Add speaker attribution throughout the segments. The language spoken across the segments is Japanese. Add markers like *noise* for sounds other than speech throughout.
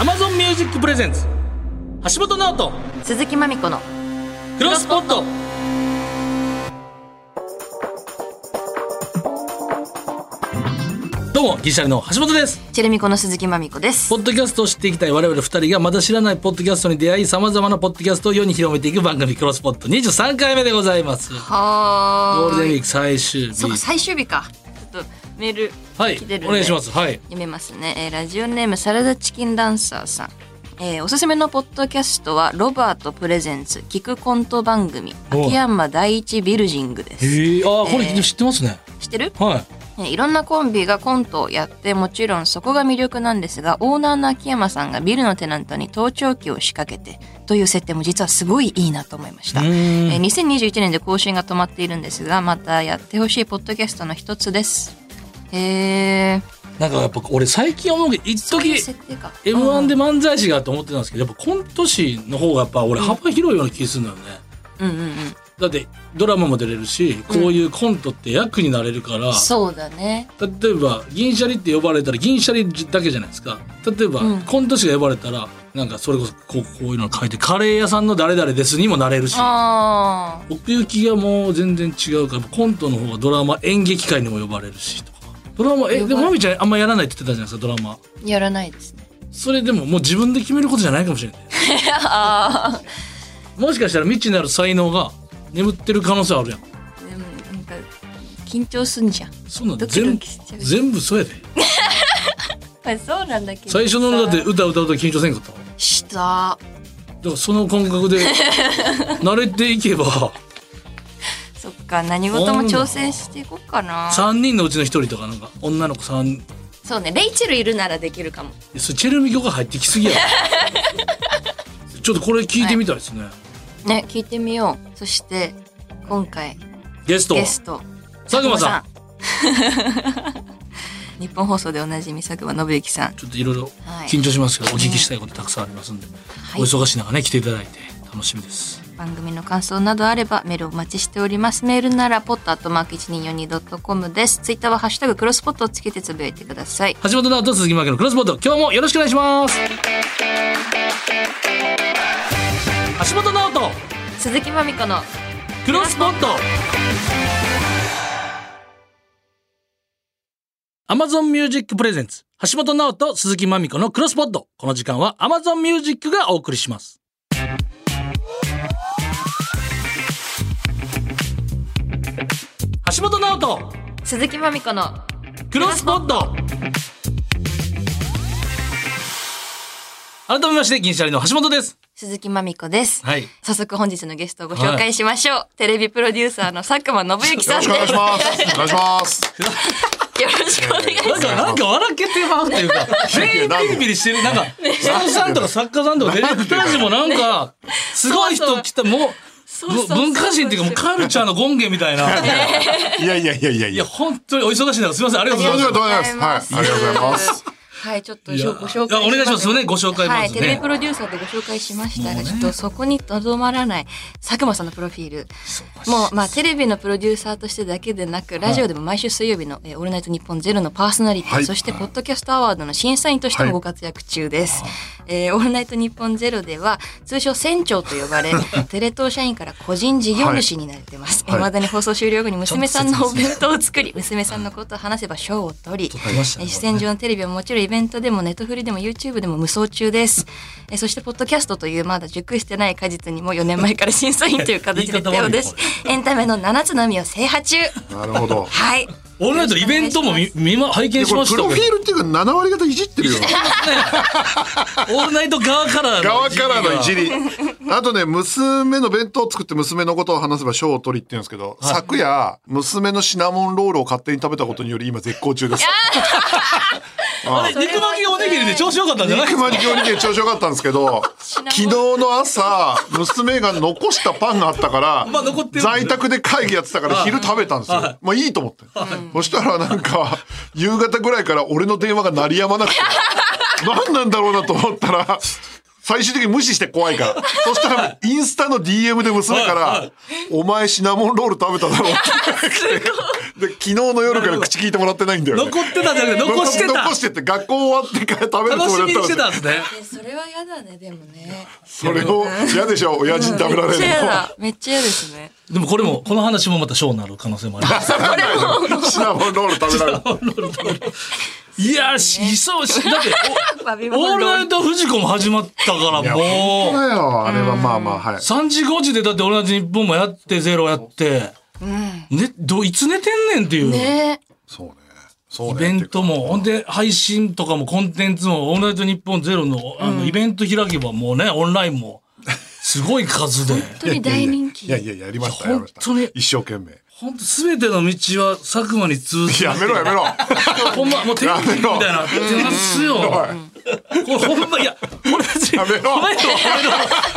Speaker 1: Amazon Music Presents 橋本直人
Speaker 2: 鈴木まみこの
Speaker 1: クロスポットどうもギリシャリの橋本です
Speaker 2: チェルミコの鈴木まみこです
Speaker 1: ポッドキャストを知っていきたい我々二人がまだ知らないポッドキャストに出会い様々なポッドキャストを世に広めていく番組クロスポット23回目でございますゴ
Speaker 2: は
Speaker 1: ールデンウィー
Speaker 2: ーい
Speaker 1: ク最終
Speaker 2: そうか
Speaker 1: 日
Speaker 2: 最終日かちょっとメール
Speaker 1: はい
Speaker 2: 来てるんで
Speaker 1: お願いしますはい
Speaker 2: 読めますね、えーラジオネームサラダチキンダンサーさん、えーおすすめのポッドキャストはロバートプレゼンツ聞くコント番組
Speaker 1: お
Speaker 2: 秋山第一ビルジングです
Speaker 1: へえああこれ知ってますね
Speaker 2: 知ってる
Speaker 1: はい
Speaker 2: ねいろんなコンビがコントをやってもちろんそこが魅力なんですがオーナーの秋山さんがビルのテナントに盗聴器を仕掛けてという設定も実はすごいいいなと思いました、
Speaker 1: う
Speaker 2: え
Speaker 1: ーん
Speaker 2: ー2021年で更新が止まっているんですがまたやってほしいポッドキャストの一つですへー
Speaker 1: なんかやっぱ俺最近思うけど一
Speaker 2: そういう
Speaker 1: 時
Speaker 2: 設定か
Speaker 1: m
Speaker 2: う
Speaker 1: 1
Speaker 2: ん
Speaker 1: で漫才師がと思ってたんですけどやっぱコント師の方がやっぱ俺幅広いような気がするんだよね、
Speaker 2: うんうん
Speaker 1: だってドラマも出れるしこういうコントって役になれるから、
Speaker 2: うんそうだね
Speaker 1: 例えば銀シャリって呼ばれたら銀シャリだけじゃないですか例えば、
Speaker 2: うん
Speaker 1: コント師が呼ばれたらなんかそれこそこうこういうの書いてカレー屋さんの誰々ですにもなれるし
Speaker 2: あ
Speaker 1: 奥行きがもう全然違うからコントの方がドラマ演劇界にも呼ばれるしとかドラマえ
Speaker 2: 呼ばれ
Speaker 1: でもまみちゃんあんまやらないって言ってたじゃないですかドラマ
Speaker 2: ーやらないですね
Speaker 1: それでももう自分で決めることじゃないかもしれない
Speaker 2: *laughs* あ
Speaker 1: もしかしたら未知なる才能が眠ってる可能性あるやん
Speaker 2: ーでもなんか緊張すんじゃん
Speaker 1: そんなん
Speaker 2: ドキド
Speaker 1: 全
Speaker 2: キしちゃう
Speaker 1: 全部そうやで
Speaker 2: まあそうなんだけど
Speaker 1: 最初のだって
Speaker 2: さ
Speaker 1: 歌歌うと緊張せんかった
Speaker 2: した
Speaker 1: だからその感覚
Speaker 2: *laughs*
Speaker 1: で慣れていけば
Speaker 2: そっか何事も挑戦していこうかな
Speaker 1: 3人のうちの1人とかなんか女の子3
Speaker 2: そうねレイチェルいるならできるかも
Speaker 1: それチェルミコが入ってきすぎや
Speaker 2: *laughs*
Speaker 1: ろちょっとこれ聞いてみたいですね、
Speaker 2: ね聞いてみようそして今回
Speaker 1: ゲストは
Speaker 2: ゲスト
Speaker 1: 佐久間さん
Speaker 2: ん *laughs* 日本放送でおなじみ佐久間信之さん
Speaker 1: ちょっといろいろ
Speaker 2: はい
Speaker 1: 緊張しますけど、お聞きしたいことたくさんありますんで、
Speaker 2: はい
Speaker 1: お忙しい中ね来ていただいて楽しみです
Speaker 2: 番組の感想などあればメールお待ちしておりますメールならポットアットマーク 1242.com ですツイッターはハッシュタグクロスポットをつけてつぶやいてください
Speaker 1: 橋本直人鈴木真希のクロスボード今日もよろしくお願いします橋本直人
Speaker 2: 鈴木まみこの
Speaker 1: クロスポット Amazon Music Presents 橋本直人鈴木まみこのクロスポットこの時間は Amazon Music がお送りします橋本直人
Speaker 2: 鈴木まみこの
Speaker 1: クロスポット改めまして銀シャリの橋本です
Speaker 2: 鈴木まみこです
Speaker 1: はい
Speaker 2: 早速本日のゲストをご紹介しましょう、テレビプロデューサーの佐久間信之
Speaker 3: よ
Speaker 2: さん
Speaker 3: ろ
Speaker 2: で
Speaker 3: し
Speaker 2: す
Speaker 3: くお願いします。お願いします。
Speaker 2: よろしくお願いし
Speaker 1: なんか、なんか笑けてまうっていうか、全員ビリビリしてる。なんか、佐野さんとか作家さんとかディレクター陣もなんか、すごい人来た、もう、
Speaker 2: うそうそう
Speaker 1: ぶ文化人っていうか、もうカルチャーの権限みたいな。い
Speaker 3: いやいやいやいやい
Speaker 1: や、
Speaker 3: や。
Speaker 1: 本当にお忙しい中、すみません、ありがとうござい
Speaker 3: と
Speaker 1: ま
Speaker 3: うございますはいありがとうございます
Speaker 2: はいちょっと
Speaker 1: い
Speaker 2: ご
Speaker 1: や
Speaker 2: 紹
Speaker 1: いや
Speaker 2: 介
Speaker 1: お願いしますよねご紹介まずね
Speaker 2: はいテレビプロデューサーでご紹介しましたが、ちょっとそこにとどまらない佐久間さんのプロフィール
Speaker 1: す。
Speaker 2: もうまあテレビのプロデューサーとしてだけでなくラジオでも毎週水曜日の「えーオールナイトニッポンゼロのパーソナリティ、
Speaker 3: はい
Speaker 2: そしてポッドキャストアワードの審査員としてもご活躍中です、えーオールナイトニッポンゼロでは通称船長と呼
Speaker 1: *laughs*
Speaker 2: ばれテレ東社員から個人事業主になれてます、
Speaker 3: はい
Speaker 2: いまだに放送終了後に娘さん
Speaker 1: ちゃんと
Speaker 2: のお
Speaker 1: 説明
Speaker 2: 弁当を作り娘さんのことを話せば賞を取り
Speaker 1: ってましたね
Speaker 2: えー出演上のテレビはもちろんイベントでもネットフリでも YouTube でも無双中ですえーそしてポッドキャストというまだ熟してない果実にも4年前から審査員という形で対応ですエンタメの7つのみを制覇中
Speaker 3: なるほど。
Speaker 2: はい
Speaker 1: す。俺らとイベントも見、見ま、拝見し
Speaker 3: こ
Speaker 1: ま
Speaker 3: れ
Speaker 1: し
Speaker 3: プ
Speaker 1: た
Speaker 3: ロフィ
Speaker 1: け
Speaker 3: ールっていうか7割方いじってるよ。
Speaker 1: ど、オールナイト側からの。
Speaker 3: 側からのいじ。り。あとね、娘の弁当を作って娘のことを話せば賞を取りって言うんですけど、昨夜、娘のシナモンロールを勝手に食べたことにより今絶好中です。
Speaker 1: あれ、肉巻きおにぎりで調子良かったんじゃない
Speaker 3: 肉巻きおにぎり調子良かったんですけど、昨日の朝、娘が残したパンがあったから
Speaker 1: *laughs* まあ残って、る
Speaker 3: 在宅で会議やってたから昼食べたんですよ。まあいいと思って。そしたらなんか、 *laughs* 夕方ぐらいから俺の電話が鳴りやまなくて、何なんだろうなと思ったら、最終的に無視して怖いから。そしたら、インスタの DM で娘
Speaker 1: はいは
Speaker 3: から、お前シナモンロール食べただろう *laughs* って。で、昨日の夜から口聞いてもらってないんだよ、ね。
Speaker 1: 残ってたんじゃなくて残してた
Speaker 3: 残してって、学校終わってから食べる
Speaker 1: 楽
Speaker 3: つ
Speaker 1: し
Speaker 3: も
Speaker 1: み
Speaker 3: り
Speaker 1: に
Speaker 3: だっ
Speaker 1: したて
Speaker 3: んだ
Speaker 1: たんですね。
Speaker 2: えそれは嫌だねでもね
Speaker 3: それを、嫌でしょ、親父に食べら
Speaker 2: めっ
Speaker 3: れ
Speaker 2: ちゃ
Speaker 3: る
Speaker 2: 嫌
Speaker 3: の。
Speaker 2: だめっちゃ嫌ですね
Speaker 1: でもこれもこの話もまたショーになる可能性もあります。
Speaker 3: *laughs* シナモンロール食べられる。
Speaker 1: *laughs* いやーしそうしだって *laughs*
Speaker 2: バビ
Speaker 1: おオール
Speaker 2: ロー
Speaker 1: ナイトフジコも始まったから
Speaker 3: そう
Speaker 1: もう
Speaker 3: だよ、あれはまあまあ、はい。
Speaker 1: 3時5時でだって同じ日本もやってゼロやって、ねどいつ寝てんねんっていう。
Speaker 2: ね
Speaker 3: そうね。そう
Speaker 1: イ
Speaker 3: ね。
Speaker 1: ベント
Speaker 3: っていう
Speaker 1: も、ほんで、配信とかも、コンテンツも、オールナイトニッポンゼロの、あの、イベント開けば、もうね、オンラインも、すごい数で、
Speaker 2: 本当に大人気
Speaker 3: か。いやいや、やりました、
Speaker 1: いや
Speaker 3: やりました
Speaker 1: 本当に。
Speaker 3: 一生懸命。
Speaker 1: *laughs* ほんと、すべての道は佐久間に通じて。
Speaker 3: やめろやめろ。
Speaker 1: ほんま、もう天気みたいになってますよ。これほんま、いや、俺たち、
Speaker 3: やめろ
Speaker 1: お前らお前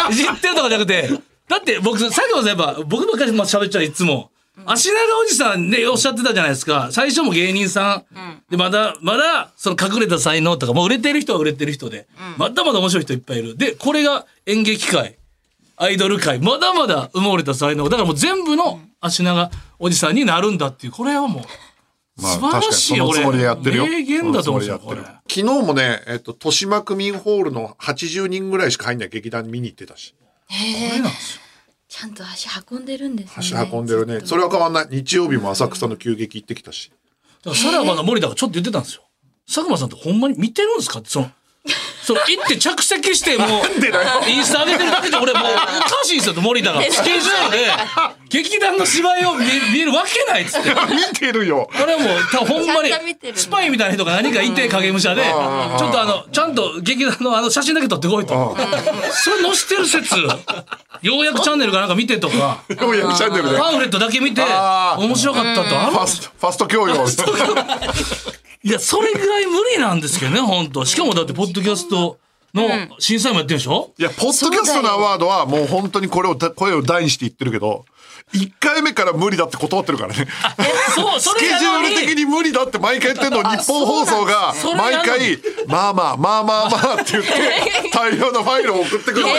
Speaker 1: ら *laughs* いじってるとかじゃなくて、だって僕、佐久間さんやっぱ、僕ばっかりまあ喋っちゃういつも。足長おじさんね、おっしゃってたじゃないですか。最初も芸人さん。で、まだ、まだ、その隠れた才能とか、もう売れてる人は売れてる人で、まだまだ面白い人いっぱいいる。で、これが演劇界、アイドル界、まだまだ埋もれた才能。だからもう全部の足長おじさんになるんだっていう、これはもう、
Speaker 3: ま
Speaker 1: *laughs*
Speaker 3: あ
Speaker 1: 素晴らしいよ
Speaker 3: 確かにそのつもりでやってるよ。
Speaker 1: 俺名言だと思うんですよ
Speaker 3: そのつもりでやってる昨日もね、えっと、豊島区民ホールの80人ぐらいしか入んない劇団見に行ってたし、
Speaker 1: これなんですよ。
Speaker 2: ちゃんと足運んでるんですね
Speaker 3: 足運んでるね。そ
Speaker 2: れ
Speaker 3: れは変わんない。日曜日も浅草の急激行ってきたし。
Speaker 1: だからさらばの森田がちょっと言ってたんですよ。佐久間さんってほんまに見てるんですかって、
Speaker 2: *laughs*
Speaker 1: その、その、行って着席して、もう、インスタ上げてるだけで、俺もう、おかしいんですよ、森田が。スケジュールで、劇団の芝居を見見えるわけないっつって。
Speaker 3: *laughs* 見てるよ。
Speaker 1: あれはもう、たほんまに
Speaker 2: ちゃんと見てるん、だ
Speaker 1: スパイみたいな人が何かいて、影武者で、ちょ
Speaker 3: ああ
Speaker 1: っとあの、ちゃんと劇団のあの写真だけ撮ってこいと。それ載せてる説、ようやくチャンネルかなんか見てとか、
Speaker 3: ようやくチャンネルで。フ
Speaker 1: パンフレットだけ見て、
Speaker 3: ああ
Speaker 1: 面白かったと、あの
Speaker 3: ァスト、ファスト教養。
Speaker 1: いや、それぐらい無理なんですけどね、本当しかもだって、ポッドキャストの審査員もやってるでしょ、
Speaker 3: いや、ポッドキャストのアワードはもう本当にこれをだ、声を大にして言ってるけど、1回目から無理だって断ってるからね。
Speaker 1: そう、そ
Speaker 3: スケ
Speaker 1: れや
Speaker 3: ジュ
Speaker 1: の
Speaker 3: ール的
Speaker 1: に。
Speaker 3: に無理だって毎回言ってんのを日本放送が
Speaker 1: そうなん
Speaker 3: 毎
Speaker 1: だそれなの
Speaker 3: 回まあまあまあまあまあって
Speaker 1: *laughs*
Speaker 3: 言って大量のファイルを送ってくるのよ。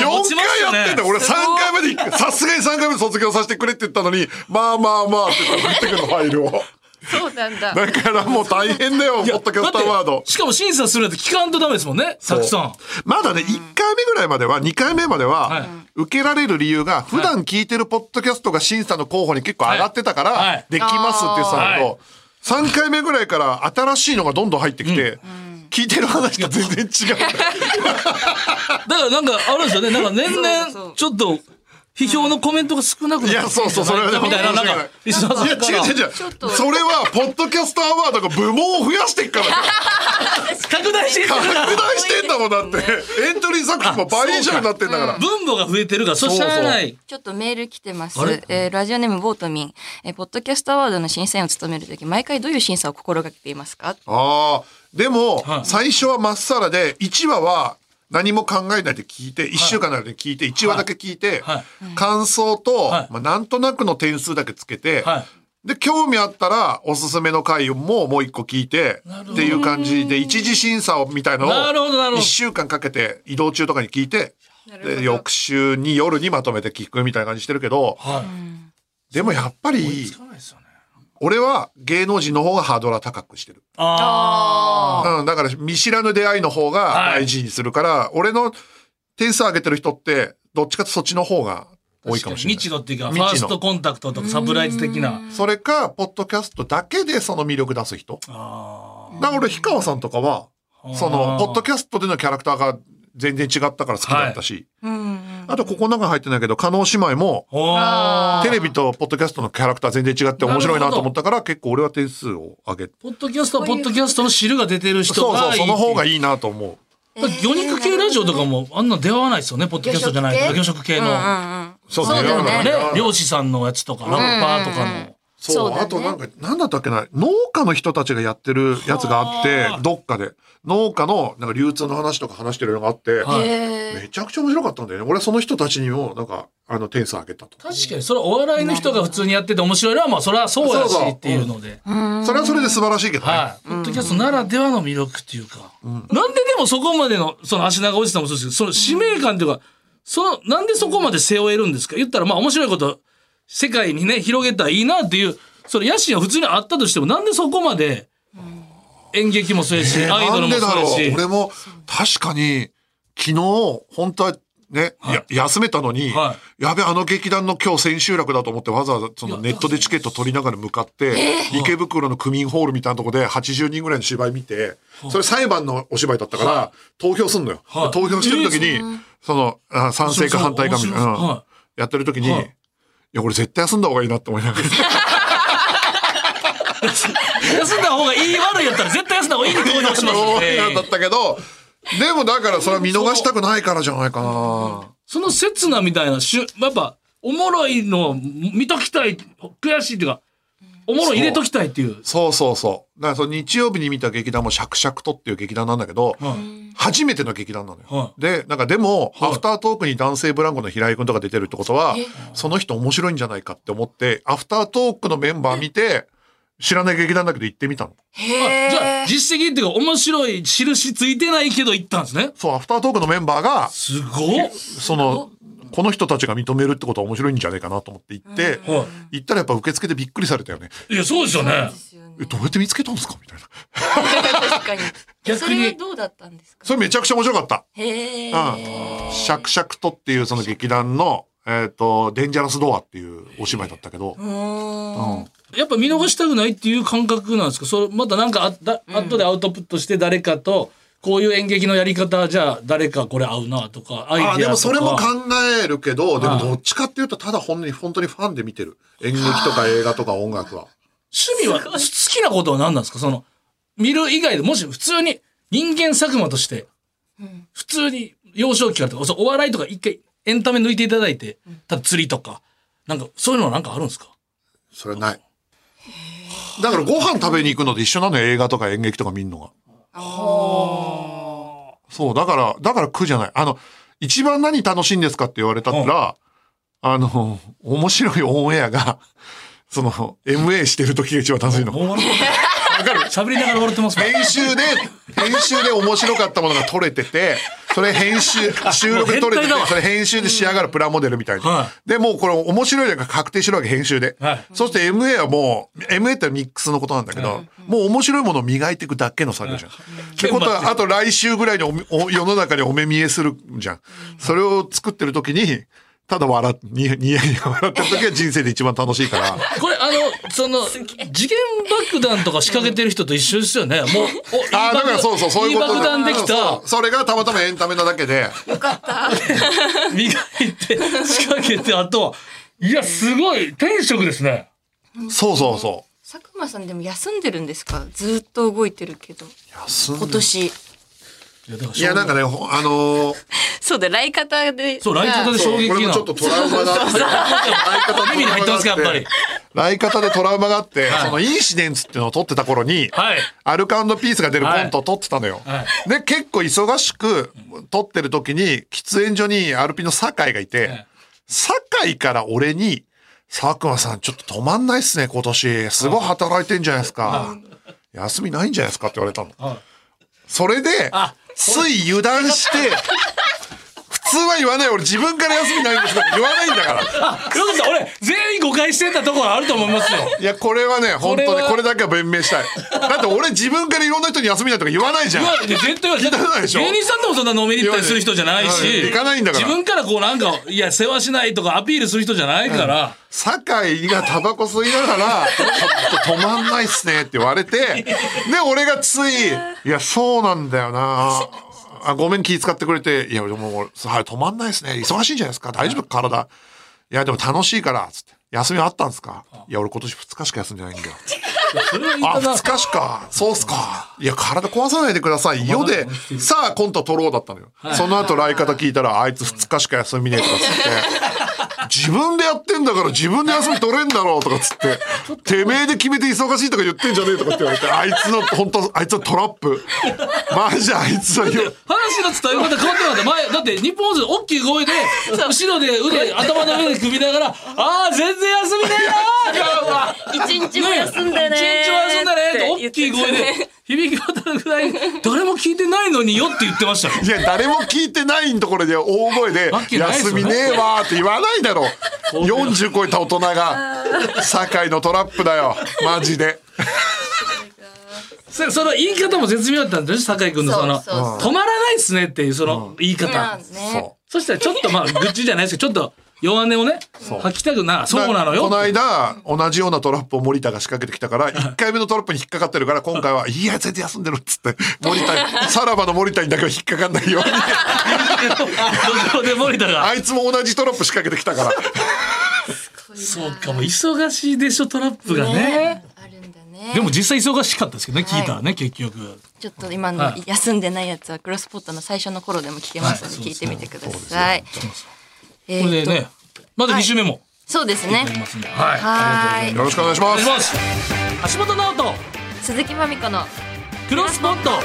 Speaker 1: 4回まで持ち
Speaker 3: 4
Speaker 1: ました
Speaker 3: 回やってんだ
Speaker 1: ね。
Speaker 3: よ俺3回目でさすがに3回目で卒業させてくれって言ったのにまあまあまあって言って送ってくるのファイルを
Speaker 2: そうなんだ
Speaker 3: だからもう大変だよポッドキャストアワー
Speaker 1: だっ
Speaker 3: ド
Speaker 1: てしかも審査するやつ聞かんとダメですもんね、たくさん。
Speaker 3: まだね1回目ぐらいまでは2回目まで
Speaker 1: はい
Speaker 3: は受けられる理由が普段聞いてるポッドキャストが審査の候補に結構上がってたか
Speaker 1: はいはい
Speaker 3: らできますって言ってたのと3回目ぐらいから新しいのがどんどん入ってきて聞いてる話と全然違
Speaker 1: だ
Speaker 3: う
Speaker 1: からなんかあるんですよね、なんか年
Speaker 2: そうそ
Speaker 1: 々、
Speaker 2: う
Speaker 1: ちょっと、批評のコメントが少なくなっ
Speaker 3: い
Speaker 1: て
Speaker 3: やそうそうそれはね
Speaker 1: みたいな、なんか、リスナーさん
Speaker 3: いや
Speaker 1: から
Speaker 3: 違う違う違う
Speaker 2: ちょっと
Speaker 3: それはポッドキャストアワードが部門を増やしていくから
Speaker 1: 拡大していく
Speaker 3: 拡
Speaker 1: から、
Speaker 3: 大してんだもんだってエントリー作品も倍以上になってんだから
Speaker 1: 分母が増えてるから、そしゃあない。
Speaker 2: ちょっとメール来てます
Speaker 1: あれ。
Speaker 2: えーラジオネームボートミン、えーポッドキャストアワードの審査員を務めるとき、毎回どういう審査を心がけていますか
Speaker 3: ああ、でも、
Speaker 1: はい
Speaker 3: 最初はまっさらで、1話は何も考えないで聞いて、1週間なので聞いて、1話だけ聞いて、
Speaker 1: はい
Speaker 3: 感想と、
Speaker 1: はい
Speaker 3: まあ、なんとなくの点数だけつけて、
Speaker 1: は
Speaker 3: で、興味あったら、おすすめの回ももう一個聞いて、っていう感じで、一次審査をみたいのを、
Speaker 1: なるほどなるほど
Speaker 3: 1週間かけて、移動中とかに聞いて、で、翌週に夜にまとめて聞くみたいな感じしてるけど、
Speaker 1: は
Speaker 3: でもやっぱ
Speaker 1: い。
Speaker 3: り
Speaker 1: つ、かないですよね。
Speaker 3: 俺は芸能人の方がハードルは高くしてる。
Speaker 1: あ
Speaker 3: うん、だから見知らぬ出会いの方が大事にするから、俺の点数上げてる人ってどっちかってそっちの方が多いかもし
Speaker 1: 未
Speaker 3: れない
Speaker 1: 知。のっていうか、フ
Speaker 3: 未知
Speaker 1: ァ
Speaker 3: の
Speaker 1: ーストコンタクトとかサプライズ的な。
Speaker 3: それかポッドキャストだけでその魅力出す人。
Speaker 1: あ
Speaker 3: だから俺氷川さんとかは
Speaker 1: ー
Speaker 3: そのポッドキャストでのキャラクターが全然違ったから好きだったし、
Speaker 2: うん。
Speaker 3: あとここの中に入ってないけど加納姉妹も
Speaker 1: あー
Speaker 3: テレビとポッドキャストのキャラクター全然違って面白いなと思ったから結構俺は点数を上げて。
Speaker 1: ポッドキャストはポッドキャストの汁が出てる人
Speaker 3: そうそ
Speaker 1: が
Speaker 3: う
Speaker 1: いい
Speaker 3: その方が
Speaker 1: いい
Speaker 3: いいなと思う。
Speaker 1: 魚肉系ラジオとかもあんな出会わないですよねポッドキャストじゃないから魚食系の、
Speaker 2: うんうんうん。
Speaker 3: そう
Speaker 1: そうだよね
Speaker 3: いやいやいや
Speaker 1: 漁師さんのやつとかラッパーとかの、
Speaker 3: そう
Speaker 2: そうだね
Speaker 3: あとなんか何だったっけな農家の人たちがやってるやつがあって
Speaker 1: はあ
Speaker 3: どっかで農家のなんか流通の話とか話してるのがあって
Speaker 1: はい
Speaker 2: へー
Speaker 3: めちゃくちゃ面白かったんだよね俺はその人たちにもなんかあの点数あげたと
Speaker 1: 確かに、それはお笑いの人が普通にやってて面白いのは、まあ、それはそうやし
Speaker 3: そうそう
Speaker 1: っていうので。
Speaker 2: うん
Speaker 3: それはそれで素晴らしいけどね、
Speaker 1: はい。ポッドキャストならではの魅力っていうか。なんででもそこまでの、その足長おじさんもそうですけど、その使命感というか、その、なんでそこまで背負えるんですか言ったら、まあ面白いこと、世界にね、広げたらいいなっていう、その野心は普通にあったとしても、なんでそこまで、演劇もそうやし、アイド
Speaker 3: な
Speaker 1: ル
Speaker 3: ん
Speaker 1: も
Speaker 3: でだ
Speaker 1: そうや
Speaker 3: ろう
Speaker 1: し。
Speaker 3: 俺も確かに昨日本当はね、や休めたのに、
Speaker 1: は
Speaker 3: やべあの劇団の今日千秋楽だと思ってわざわざそのネットでチケット取りながら向かって、池袋の区民ホールみたいなとこで80人ぐらいの芝居見て、それ裁判のお芝居だったから、投票すんのよ、
Speaker 1: はい
Speaker 3: 投票してる時に、そのあ賛成か反対かみたいな、
Speaker 1: 面白そう
Speaker 3: うん
Speaker 1: は
Speaker 3: やってる時に、
Speaker 1: はい
Speaker 3: い、や俺絶対休んだ方がいいなって思いながら。
Speaker 1: 休んだ方がいい悪いやったら、絶対休んだ方がいいに投票します
Speaker 3: *laughs* そう
Speaker 1: ね
Speaker 3: なんだったけど、でもだからそれは見逃したくないからじゃないかな。
Speaker 1: その刹那みたいなしゅ、やっぱ、おもろいのを見ときたい、悔しいっていうか、おもろい入れときたいっていう。
Speaker 3: そうそうそう。だからその日曜日に見た劇団もシャクシャクとっていう劇団なんだけど、
Speaker 1: はい
Speaker 3: 初めての劇団なのよ。
Speaker 1: は
Speaker 3: で、なんかでも、
Speaker 1: はい
Speaker 3: アフタートークに男性ブランコの平井くんとか出てるってことは、その人面白いんじゃないかって思って、アフタートークのメンバー見て、知らない劇団だけど行ってみたの。
Speaker 2: へ
Speaker 1: あ
Speaker 2: ー
Speaker 1: じゃあ、実績っていうか、面白い印ついてないけど行ったんですね。
Speaker 3: そう、アフタートークのメンバーが、
Speaker 1: すごっ。
Speaker 3: その、この人たちが認めるってことは面白いんじゃないかなと思って行って、
Speaker 1: は
Speaker 3: 行ったらやっぱ受付でびっくりされたよね。
Speaker 1: い。いや、そうですよね
Speaker 2: で。すよね
Speaker 3: えどうやって見つけたんですかみたいな。
Speaker 2: *laughs* 確かに。
Speaker 1: 逆に
Speaker 2: それはどうだったんですか
Speaker 3: それめちゃくちゃ面白かった。
Speaker 2: へえ。
Speaker 3: うん。シャクシャクとっていうその劇団の、えっ、と、デンジャラスドアっていうお芝居だったけど。
Speaker 2: うーん。
Speaker 1: やっぱ見逃したくないっていう感覚なんですかそれ、またなんかあだ、後でアウトプットして誰かと、こういう演劇のやり方、じゃあ誰かこれ合うなとか、アイディアとか。
Speaker 3: あでもそれも考えるけど、で
Speaker 1: は
Speaker 3: も
Speaker 1: い
Speaker 3: どっちかっていうと、ただ本当に、本当にファンで見てる。演劇とか映画とか音楽は。
Speaker 1: 趣味は、好きなことは何なんですかその、見る以外で、もし普通に人間作間として、普通に幼少期からとか、そうお笑いとか一回エンタメ抜いていただいて、ただ釣りとか、なんかそういうのはなんかあるんですか
Speaker 3: それはない。だからご飯食べに行くのと一緒なのよ、映画とか演劇とか見るのが。そう、だから、だから苦じゃない。あの、一番何楽しいんですかって言われたら、あの、面白いオンエアが、その、MA してる時が一番楽しいの。
Speaker 1: もう笑ってる喋りながら笑ってますもん
Speaker 3: 編集で、編集で面白かったものが撮れてて、それ編集、収録で撮れ
Speaker 1: もう
Speaker 3: て
Speaker 1: 変態だ
Speaker 3: て
Speaker 1: わ、
Speaker 3: それ編集で仕上がるプラモデルみたい
Speaker 1: は
Speaker 3: な。で、もうこれ面白いのが確定してるわけ、編集で
Speaker 1: はい。
Speaker 3: そして MA はもう、MA ってミックスのことなんだけど、もう面白いものを磨いていくだけの作業じゃん。ってことは、あと来週ぐらいにおみお世の中にお目見えするじゃん。それを作ってる時に、ただ笑っ、に、にやにや笑ってる時は人生で一番楽しいから。
Speaker 1: これあの、その、次元爆弾とか仕掛けてる人と一緒ですよね。もう、おいい
Speaker 3: ああ、だから
Speaker 1: 爆
Speaker 3: そうそう、そういうこと
Speaker 1: いい爆弾でき
Speaker 3: そ
Speaker 1: た
Speaker 3: う、それがたまたまエンタメなだけで。
Speaker 1: 磨いて、仕掛けて、あとは、いや、すごい、天職ですね。
Speaker 3: そうそうそう。
Speaker 2: 佐久間さんでも休んでるんですかずっと動いてるけど
Speaker 3: 休んで
Speaker 2: 今年
Speaker 1: いや、だから
Speaker 3: いやなんかねほあのー
Speaker 2: そうだ来方で
Speaker 1: そう、来方で
Speaker 3: そ
Speaker 1: 衝
Speaker 3: う
Speaker 1: 撃
Speaker 3: これも
Speaker 1: な
Speaker 3: ちょっ。とトラウマが
Speaker 1: *laughs*
Speaker 3: あって相方
Speaker 1: 耳に入ってますか、やっぱ
Speaker 3: *laughs*
Speaker 1: り。
Speaker 3: 来方でトラウマがあって、そのインシデンツっていうのを撮ってた頃に、
Speaker 1: はい。
Speaker 3: アルカピースが出るコントを撮ってたのよ、
Speaker 1: は
Speaker 3: で結構忙しく撮ってる時に喫煙所にアルピーの酒井がいて、
Speaker 1: はい
Speaker 3: 酒井から俺に「佐久間さんちょっと止まんないっすね今年すごい働いてんじゃないですか休みないんじゃないですか」って言われたの。
Speaker 1: はい
Speaker 3: それで
Speaker 1: あ、
Speaker 3: つい油断して、普通は言わない。俺自分から休みないんですか言わないんだから。
Speaker 1: よかった、俺、全員誤解してたところあると思いますよ。
Speaker 3: いや、これはね、
Speaker 1: こ
Speaker 3: 本当
Speaker 1: れ
Speaker 3: に
Speaker 1: は
Speaker 3: これだけは弁明したい。だって俺自分からいろんな人に休みないとか言わないじゃん
Speaker 1: い。や、絶対は芸
Speaker 3: たないでしょ
Speaker 1: 人さんでもそんな飲みに行ったりする人じゃない
Speaker 3: い
Speaker 1: し、
Speaker 3: や行かないんだから
Speaker 1: 自分からこうなんか、いや、世話しないとかアピールする人じゃないから、
Speaker 3: 酒井がタバコ吸いながら、ちょっと止まんないっすねって言われて、で、俺がつい、いや、そうなんだよな。あごめん気遣ってくれて、いや、でももう、はい、止まんないっすね。忙しいんじゃないですか。大丈夫体。いや、でも楽しいから、つって。休みあったんですかいや、俺今年2日しか休んでないんだよ。
Speaker 1: それは言
Speaker 3: あ、
Speaker 1: いたな
Speaker 3: 2日しか。そうっすか。いや、体壊さないでく
Speaker 1: *laughs*
Speaker 3: ださい。よで、さあ、コント取ろうだったのよ。その後、来方聞いたら、あいつ2日しか休みねえとかっつって。自分でやってんだから自分で休み取れんだろうとかっつって、てめえで決めて忙しいとか言ってんじゃねえとかって言われて、あいつの、本当あいつのトラップ。マジあいつはよ、
Speaker 1: 話の伝え方変わってなかった。前、だって日本放送で大きい声で、後ろで腕、頭の上で組みながら、ああ、全然休みねえなーって
Speaker 2: 一日も休んだねー
Speaker 1: 一日も休んだねーって大きい声で、響き渡るぐらい、誰も聞いてないのによって言ってましたよ。
Speaker 3: いや、誰も聞いてないところで大声で
Speaker 1: わ、けないっす
Speaker 3: 休
Speaker 1: よね
Speaker 3: みねえわーって言わないだろう。40超えた大人が、堺のトラップだよ。マジで。
Speaker 1: そその言い方も絶妙だったんですよね、酒井君のその、
Speaker 2: そうそう
Speaker 1: 止まらないっすねっていうその言い
Speaker 2: ま
Speaker 1: 方。
Speaker 2: あね
Speaker 1: そしたらちょっとまあ、愚痴じゃないですけど、ちょっと弱音をね、吐きたくな、そうなのよ。
Speaker 3: この
Speaker 1: *laughs*
Speaker 3: 間、同じようなトラップを森田が仕掛けてきたから、1回目のトラップに引っかかってるから、今回は、いや、全然休んでるっつって、森田、さらばの森田にだけは引っかかんない
Speaker 1: *laughs*
Speaker 3: ように。
Speaker 1: 路上で森田が。
Speaker 3: あいつも同じトラップ仕掛けてきたから。
Speaker 1: そうか、もう忙しいでしょ、トラップがね。
Speaker 2: あるんだね
Speaker 1: でも実際忙しかったですけどね、
Speaker 2: はい
Speaker 1: 聞いたらね、結局。
Speaker 2: ちょっと今の
Speaker 1: はい
Speaker 2: 休んでないやつはクロスポットの最初の頃でも聞けますので
Speaker 1: はい
Speaker 2: 聞いてみてください。え
Speaker 1: こ
Speaker 2: ー
Speaker 1: れで
Speaker 2: っと
Speaker 1: ね、まだ2週目も
Speaker 2: そうですね
Speaker 1: あ。りますんで。はい。
Speaker 2: はーい
Speaker 3: よろしくお願いしま
Speaker 1: お願い
Speaker 3: す
Speaker 1: し。ます。橋本直人、
Speaker 2: 鈴木まみこの
Speaker 1: クロスポット。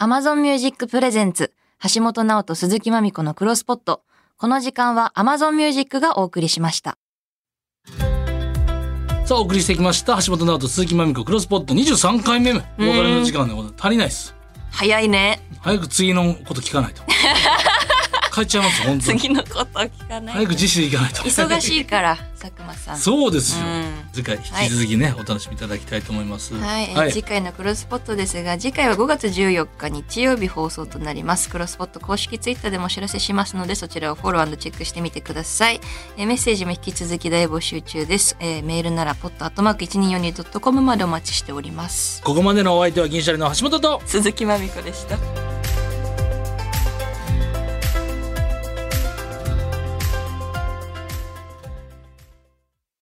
Speaker 2: Amazon Music Presents 橋本直人鈴木まみこのクロスポット。この時間は Amazon Music がお送りしました。
Speaker 1: さあ、お送りしてきました、橋本直人、鈴木まみこ、クロスポット23回目。お別れの時間でございます足りないです。
Speaker 2: 早いね。
Speaker 1: 早く次のこと聞か
Speaker 2: *laughs*
Speaker 1: ないと。帰っちゃいます、本当に。
Speaker 2: 次のこと聞かない
Speaker 1: 早く。自主で行かないと。
Speaker 2: 忙しいから佐久間さん。
Speaker 1: *laughs* そうですよ
Speaker 2: うん。
Speaker 1: 次回引き続きね、お楽しみいただきたいと思います。
Speaker 2: はい、えー次回のクロスポットですが次回は5月14日日曜日放送となりますクロスポット公式ツイッターでもお知らせしますのでそちらをフォローチェックしてみてください、えーメッセージも引き続き大募集中です、えーメールならポットアットマーク 1242.com までお待ちしております
Speaker 1: ここまでのお相手は銀シャリの橋本と
Speaker 2: 鈴木まみこでした